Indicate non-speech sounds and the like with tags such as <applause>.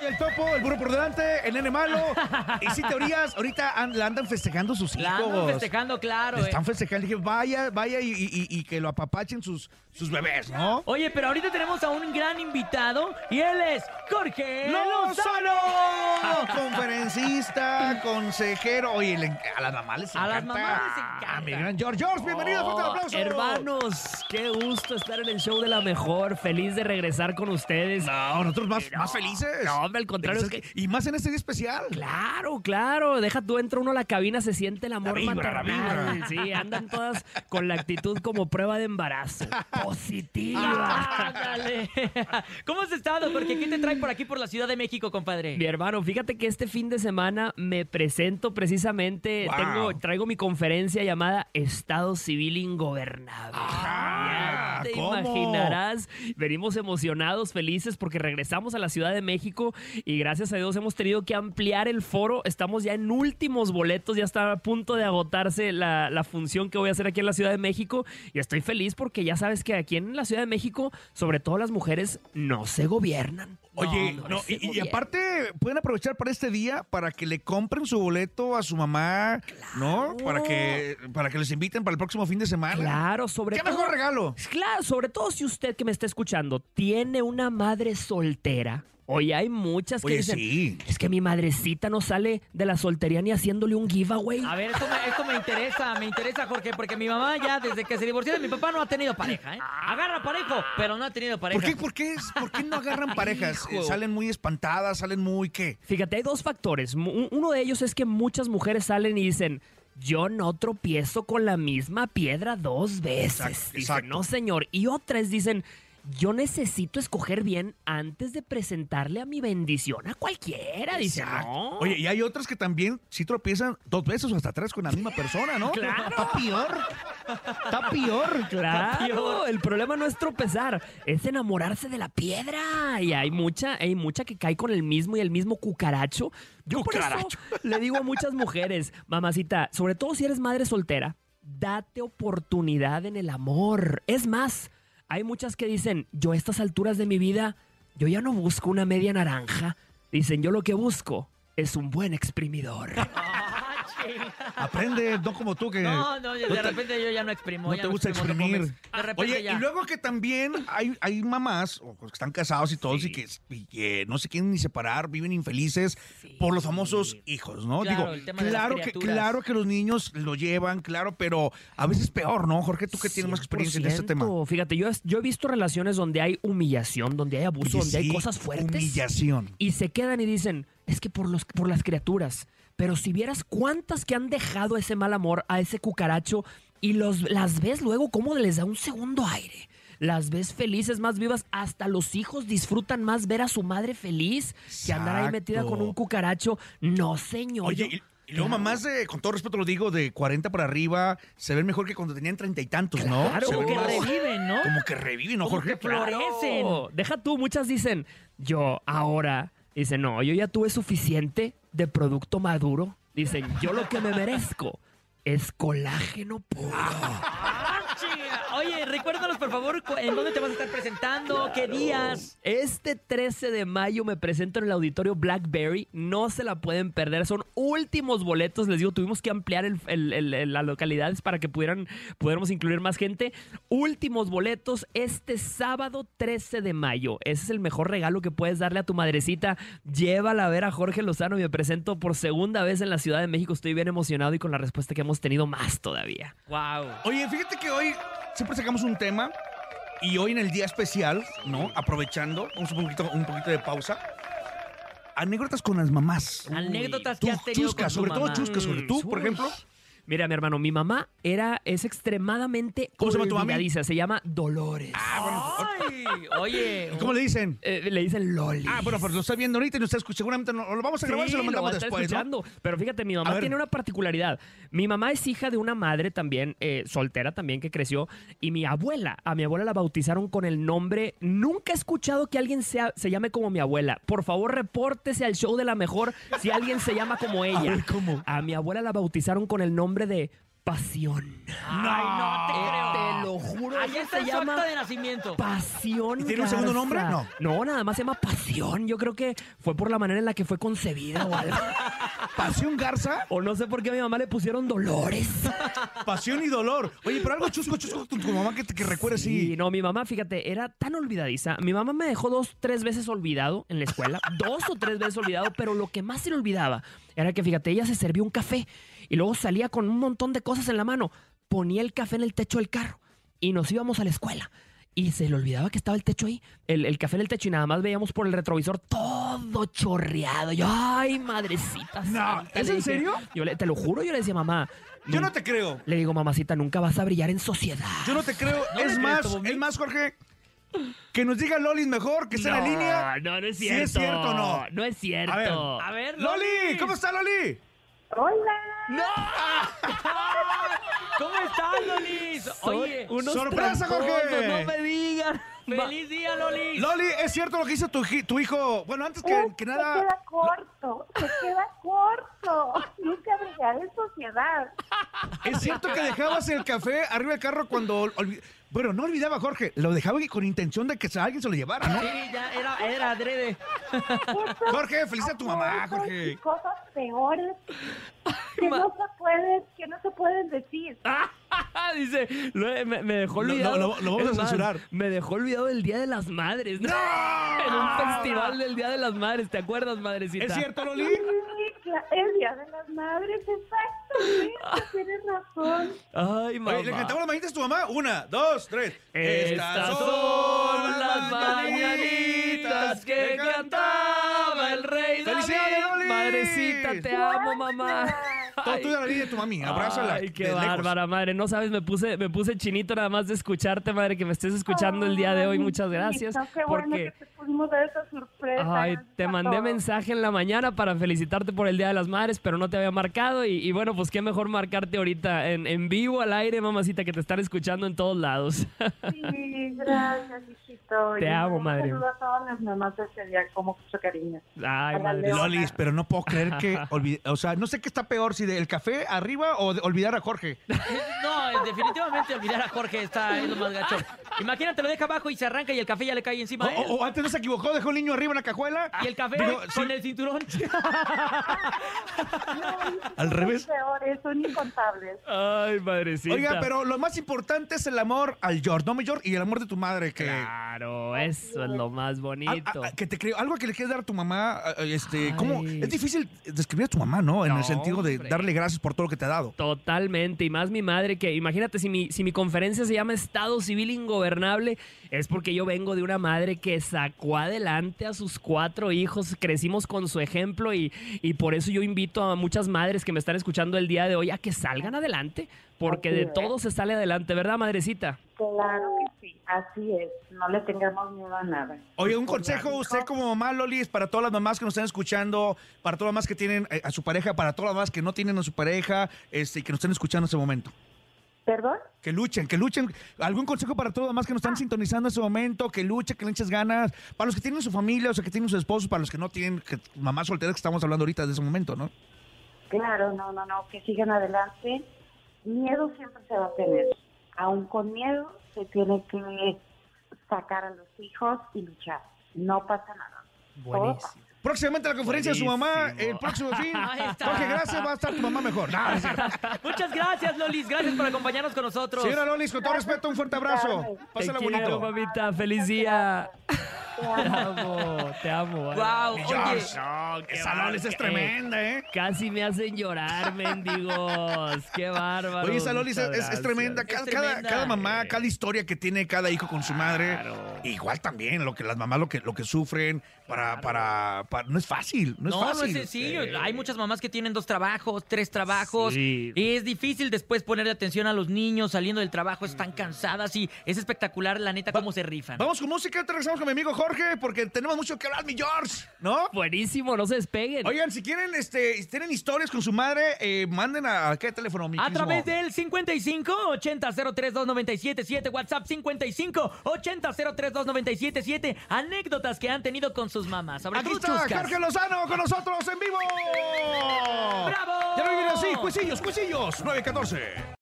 el topo, el burro por delante, el nene malo. Y si teorías, ahorita an- la andan festejando sus hijos. La andan festejando, claro. Le eh. están festejando. Dije, vaya, vaya y, y- y- y que lo apapachen sus, sus bebés, ¿no? Oye, pero ahorita tenemos a un gran invitado y él es Jorge Lozano. Conferencista, consejero. Oye, le enc- a las mamás les A encanta. las mamás les encanta. Ah, mi gran George. George, bienvenido. Oh, fuerte el aplauso. Hermanos, qué gusto estar en el show de la mejor. <laughs> Feliz de regresar con ustedes. No, nosotros más, No, más Ah, felices. no, hombre, al contrario, Felices es que- Y más en este día especial. Claro, claro. Deja tú, entra uno a la cabina, se siente el amor vibra, la maternal. vibra. Sí, andan todas con la actitud como prueba <laughs> de embarazo. Ah. Positiva. Ándale. <laughs> ¿Cómo has estado? Porque ¿qué te trae por aquí por la Ciudad de México, compadre? Mi hermano, fíjate que este fin de semana me presento precisamente, Wow. tengo, traigo mi conferencia llamada Estado Civil Ingobernable. Ajá, Ya te Ah, ¿cómo? imaginarás, venimos emocionados, felices porque regresamos a la Ciudad de México y gracias a Dios hemos tenido que ampliar el foro, estamos ya en últimos boletos, ya está a punto de agotarse la, la función que voy a hacer aquí en la Ciudad de México y estoy feliz porque ya sabes que aquí en la Ciudad de México, sobre todo las mujeres, no se gobiernan. Oye, No, no, no se y- y, gobiernan. aparte pueden aprovechar para este día para que le compren su boleto a su mamá, ¿no? Para que para que les inviten para el próximo fin de semana. Claro, sobre ¿Qué todo. mejor regalo? Claro, sobre todo si usted que me está escuchando tiene una madre soltera. Hoy hay muchas que Oye, dicen, sí. es que mi madrecita no sale de la soltería ni haciéndole un giveaway. A ver, esto me, esto me interesa, me interesa, Jorge, porque mi mamá ya desde que se divorció de mi papá no ha tenido pareja, ¿eh? Agarra parejo, pero no ha tenido pareja. ¿Por qué, por, qué, es- por qué no <laughs> agarran parejas? Eh, Hijo. salen muy espantadas, salen muy qué. Fíjate, hay dos factores. Mu- un- Uno de ellos es que muchas mujeres salen y dicen, yo no tropiezo con la misma piedra dos veces. Exacto, Dicen, exacto. no señor. Y otras dicen, yo necesito escoger bien antes de presentarle a mi bendición a cualquiera. Dicen, Exacto. no. Oye, y hay otras que también sí tropiezan dos veces o hasta tres con la misma persona, ¿no? <laughs> Claro. Está <laughs> peor. Está peor. <laughs> Claro, el problema no es tropezar, es enamorarse de la piedra. Y hay mucha, hay mucha que cae con el mismo y el mismo cucaracho. Yo por eso Cucaracho. <laughs> le digo a muchas mujeres, mamacita, sobre todo si eres madre soltera, date oportunidad en el amor. Es más, hay muchas que dicen, yo a estas alturas de mi vida, yo ya no busco una media naranja. Dicen, yo lo que busco es un buen exprimidor. Ah, chinga. Aprende, no como tú que No, no, de te- repente yo ya no exprimo. No ya te gusta exprimo, no exprimir. comes. De repente Ah, Oye, ya. y luego que también hay, hay mamás o que están casados y todos y, que, y que no se quieren ni separar, viven infelices por los famosos hijos, ¿no? Claro, Digo, el tema de las claro que, criaturas. claro que los niños lo llevan, claro, pero a veces peor, ¿no? Jorge, tú que tienes más experiencia en este tema. 100%. Fíjate, yo, he- yo he visto relaciones donde hay humillación, donde hay Oye, abuso, donde hay sí, cosas fuertes. Humillación. Y se quedan y dicen, es que por, los, por las criaturas. Pero si vieras cuántas que han dejado ese mal amor a ese cucaracho y los, las ves luego cómo les da un segundo aire. Las ves felices, más vivas. Hasta los hijos disfrutan más ver a su madre feliz que andar ahí metida Exacto. con un cucaracho. No, señor. Oye, yo- y, y luego mamás, de, con todo respeto lo digo, de 40 para arriba, se ven mejor que cuando tenían treinta y tantos, ¿no? Claro. Se ven Como que más- reviven, ¿no? Como que reviven, ¿no, Como Jorge? que florecen. Claro. Deja tú, muchas dicen, yo ahora, dicen, no, yo ya tuve suficiente de producto maduro. Dicen, yo lo que me merezco es colágeno puro. Ah, chinga. Oye, recuérdanos, por favor, cu- en dónde te vas a estar presentando, qué días. Este 13 de mayo me presento en el auditorio Blackberry. No se la pueden perder. Son últimos boletos. Les digo, tuvimos que ampliar el- el- el- el- las localidades para que pudieran, pudiéramos incluir más gente. Últimos boletos este sábado 13 de mayo. Ese es el mejor regalo que puedes darle a tu madrecita. Llévala a ver a Jorge Lozano. Me presento por segunda vez en la Ciudad de México. Estoy bien emocionado y con la respuesta que hemos tenido más todavía. Wow. Oye, fíjate que hoy siempre sacamos un tema y hoy en el día especial, ¿no? Aprovechando, vamos un poquito, un poquito de pausa. Anécdotas con las mamás. Anécdotas Tú, que has tenido chuscas, con tu sobre todo mamá. chuscas, sobre tú, por Uy. ejemplo. Mira, mi hermano, mi mamá era, es extremadamente ¿Cómo se llama tu mami? olvidadiza, Se llama Dolores. Ay, oye. ¿Y ¿Cómo le dicen? Eh, le dicen Loli. Ah, bueno, pues lo está viendo ahorita y no está escuchando. Seguramente no- lo vamos a Sí, grabar y se lo lo va mandamos a estar después, ¿no? escuchando. Pero fíjate, mi A mamá ver. tiene una particularidad. Mi mamá es hija de una madre también, eh, soltera también, que creció. Y mi abuela, a mi abuela la bautizaron con el nombre. Nunca he escuchado que alguien sea, se llame como mi abuela. Por favor, repórtese <laughs> al show de la mejor si alguien se llama como ella. ver, ¿cómo? A mi abuela la bautizaron con el nombre de Pasión. Ay, no te Eh, creo. Te lo juro. Ahí eso está se su acta llama de nacimiento. Pasión. ¿Tiene un segundo nombre? Garza. No. No, nada más se llama Pasión. Yo creo que fue por la manera en la que fue concebida <laughs> o algo. Pasión Garza, O no sé por qué a mi mamá le pusieron dolores. pasión y dolor. Oye, pero algo chusco, chusco con tu mamá que, te- que recuerde Sí, sí. no, mi mamá, fíjate, era tan olvidadiza. Mi mamá me dejó dos, tres veces olvidado en la <laughs> escuela. dos o tres veces olvidado, pero lo que más se le olvidaba era que, fíjate, ella se servía un café y luego salía con un montón de cosas en la mano. Ponía el café en el techo del carro y nos íbamos a la escuela. Y se le olvidaba que estaba el techo ahí, el, el café en el techo, y nada más veíamos por el retrovisor todo chorreado. Yo, ay, madrecita. No, santa", ¿es le en dije. serio? Yo le- te lo juro, yo le decía, mamá. Yo no nun- te creo. Le digo, mamacita, nunca vas a brillar en sociedad. Yo no te creo. No es le más, creo, Tommy. es más, Jorge. Que nos diga Lolis mejor, que está en la línea. No, no es Si cierto. es cierto o no. No es cierto. A ver. A ver, Loli, ¿cómo está Loli? Hola, ¿Cómo estás, Lolis? Oye, Son unos ¡Sorpresa, tramposos, Jorge! No me <laughs> digan. feliz día, Lolis. Loli, ¿es cierto lo que hizo tu, hi- tu hijo? Bueno, antes que, Uf, que se nada, queda corto, se queda corto. Nunca brillar en sociedad. ¿es cierto que dejabas el café arriba del carro cuando... olvi- Bueno, no olvidaba, Jorge, lo dejaba con intención de que se- alguien se lo llevara, ¿no? Sí, ya era, era adrede. Esto- Jorge, feliz a tu mamá, Abusos Jorge. y Cosas peores que no se pueden, que no se pueden decir. Ah, Dice, lo- me, me dejó Lo- olvidado. lo- lo- lo vamos a Es más, censurar. me dejó olvidado el Día de las Madres. ¡No! <laughs> en un festival del Día de las Madres, ¿te acuerdas, madrecita? ¿Es cierto, Sí, Loli? cla- El día de las madres, Ah. exactamente, tienes razón. Ay, mamá. Oye, le cantamos las mañanitas a tu mamá. Una, dos, tres. Estas son las mañanitas que cantaba el rey David. ¡Felicidades, Loli! Madrecita, te amo, mamá. Todo Ay. tuyo la vida de tu mami. Abrázala. Ay, qué de lejos. bárbara, madre. No sabes, me puse, me puse chinito nada más de escucharte, madre, que me estés escuchando el día de hoy. Ay, Muchas mijito, gracias. Qué bueno que Porque te pudimos dar esa sorpresa. ay, te a mandé todos. mensaje en la mañana para felicitarte por el Día de las Madres, pero no te había marcado. Y, y bueno, pues qué mejor marcarte ahorita en, en vivo, al aire, mamacita, que te están escuchando en todos lados. <laughs> Sí, gracias, hijito. Te Y amo, un madre. saludo a todas las mamás de ese día, con mucho cariño. Ay, Ándale. madre. Lolis, pero no puedo creer que <laughs> olvide- O sea, no sé qué está peor, si del café arriba o de olvidar a Jorge. No, definitivamente olvidar a Jorge está es lo más gacho. Imagínate, lo deja abajo y se arranca y el café ya le cae O, encima. a eh. él. o- o antes no se equivocó, dejó el niño arriba en la cajuela. <laughs> Y el café Oh, Digo, con sí. el cinturón. Al revés. Son peores, son incontables. Ay, madrecita. Oiga, pero lo más importante es el amor al George, no mi George, y el amor de tu madre, que. Claro, eso es lo más Ah, bonito. ah, ah, que te creo, algo que le quieres dar a tu mamá, ah, ah, este, ¿cómo? Ay. Es difícil describir a tu mamá, ¿no? En No, el sentido de hombre. darle gracias por todo lo que te ha dado. Totalmente, y más mi madre que imagínate si mi, si mi conferencia se llama Estado Civil Ingobernable, es porque yo vengo de una madre que sacó adelante a sus cuatro hijos, crecimos con su ejemplo y, y por eso yo invito a muchas madres que me están escuchando el día de hoy a que salgan adelante, porque Así de es. todo se sale adelante, ¿verdad, madrecita? Claro que sí, así es. No le tengamos miedo a nada. Oye, un consejo, usted como mamá, Loli, es para todas las mamás que nos están escuchando, para todas las mamás que tienen eh, a su pareja, para todas las mamás que no tienen a su pareja, este, y que nos estén escuchando en este momento. ¿Perdón? Que luchen, que luchen. ¿Algún consejo para todas las mamás que nos están sintonizando en este momento? Que luchen, que le eches ganas. Para los que tienen su familia, o sea, que tienen sus esposos, para los que no tienen, que, mamás solteras que estamos hablando ahorita de ese momento, ¿no? Claro, no, no, no, que sigan adelante. Miedo siempre se va a tener. Aún con miedo se tiene que sacar a los hijos y luchar. No pasa nada. Buenísimo. Próximamente la conferencia de su mamá, Buenísimo. el próximo fin. <laughs> Ahí está. Jorge, gracias, va a estar tu mamá mejor. No, no es cierto. Muchas gracias, Lolis. Gracias por acompañarnos con nosotros. Señora Lolis, con todo respeto, un fuerte abrazo. Pásala te bonito. quiero, mamita, feliz día. Te Te amo. amo, te amo. madre. Guau, Mi oye. George, no, esa Lolis es Eh, tremenda, ¿eh? Casi me hacen llorar, mendigos. Qué bárbaro. Oye, esa Lolis es, Muchas es- es tremenda. Es Cada, cada- tremenda. cada mamá, cada historia que tiene cada hijo con su madre. Claro. Igual también lo que las mamás lo que, lo que sufren para, para, para- No es fácil, no es No, no fácil. este. es sencillo. Hay muchas mamás que tienen dos trabajos, tres trabajos. Sí. Y es difícil después ponerle atención a los niños saliendo del trabajo. Están cansadas y es espectacular, la neta, cómo se rifan. Vamos con música, te regresamos con mi amigo Jorge, porque tenemos mucho que hablar, mi George, ¿no? Buenísimo, no se despeguen. Oigan, si quieren, este, si tienen historias con su madre, eh, manden a, ¿a qué teléfono, mi A queridísimo? través del 55 80 03 2977 WhatsApp 55 80 03 2977 anécdotas que han tenido con sus mamás. Sobre Aquí todo está chuscas. Jorge Lozano con nosotros en vivo. ¡Bravo! Ya lo vivieron así, cuisillos, cuisillos, 914.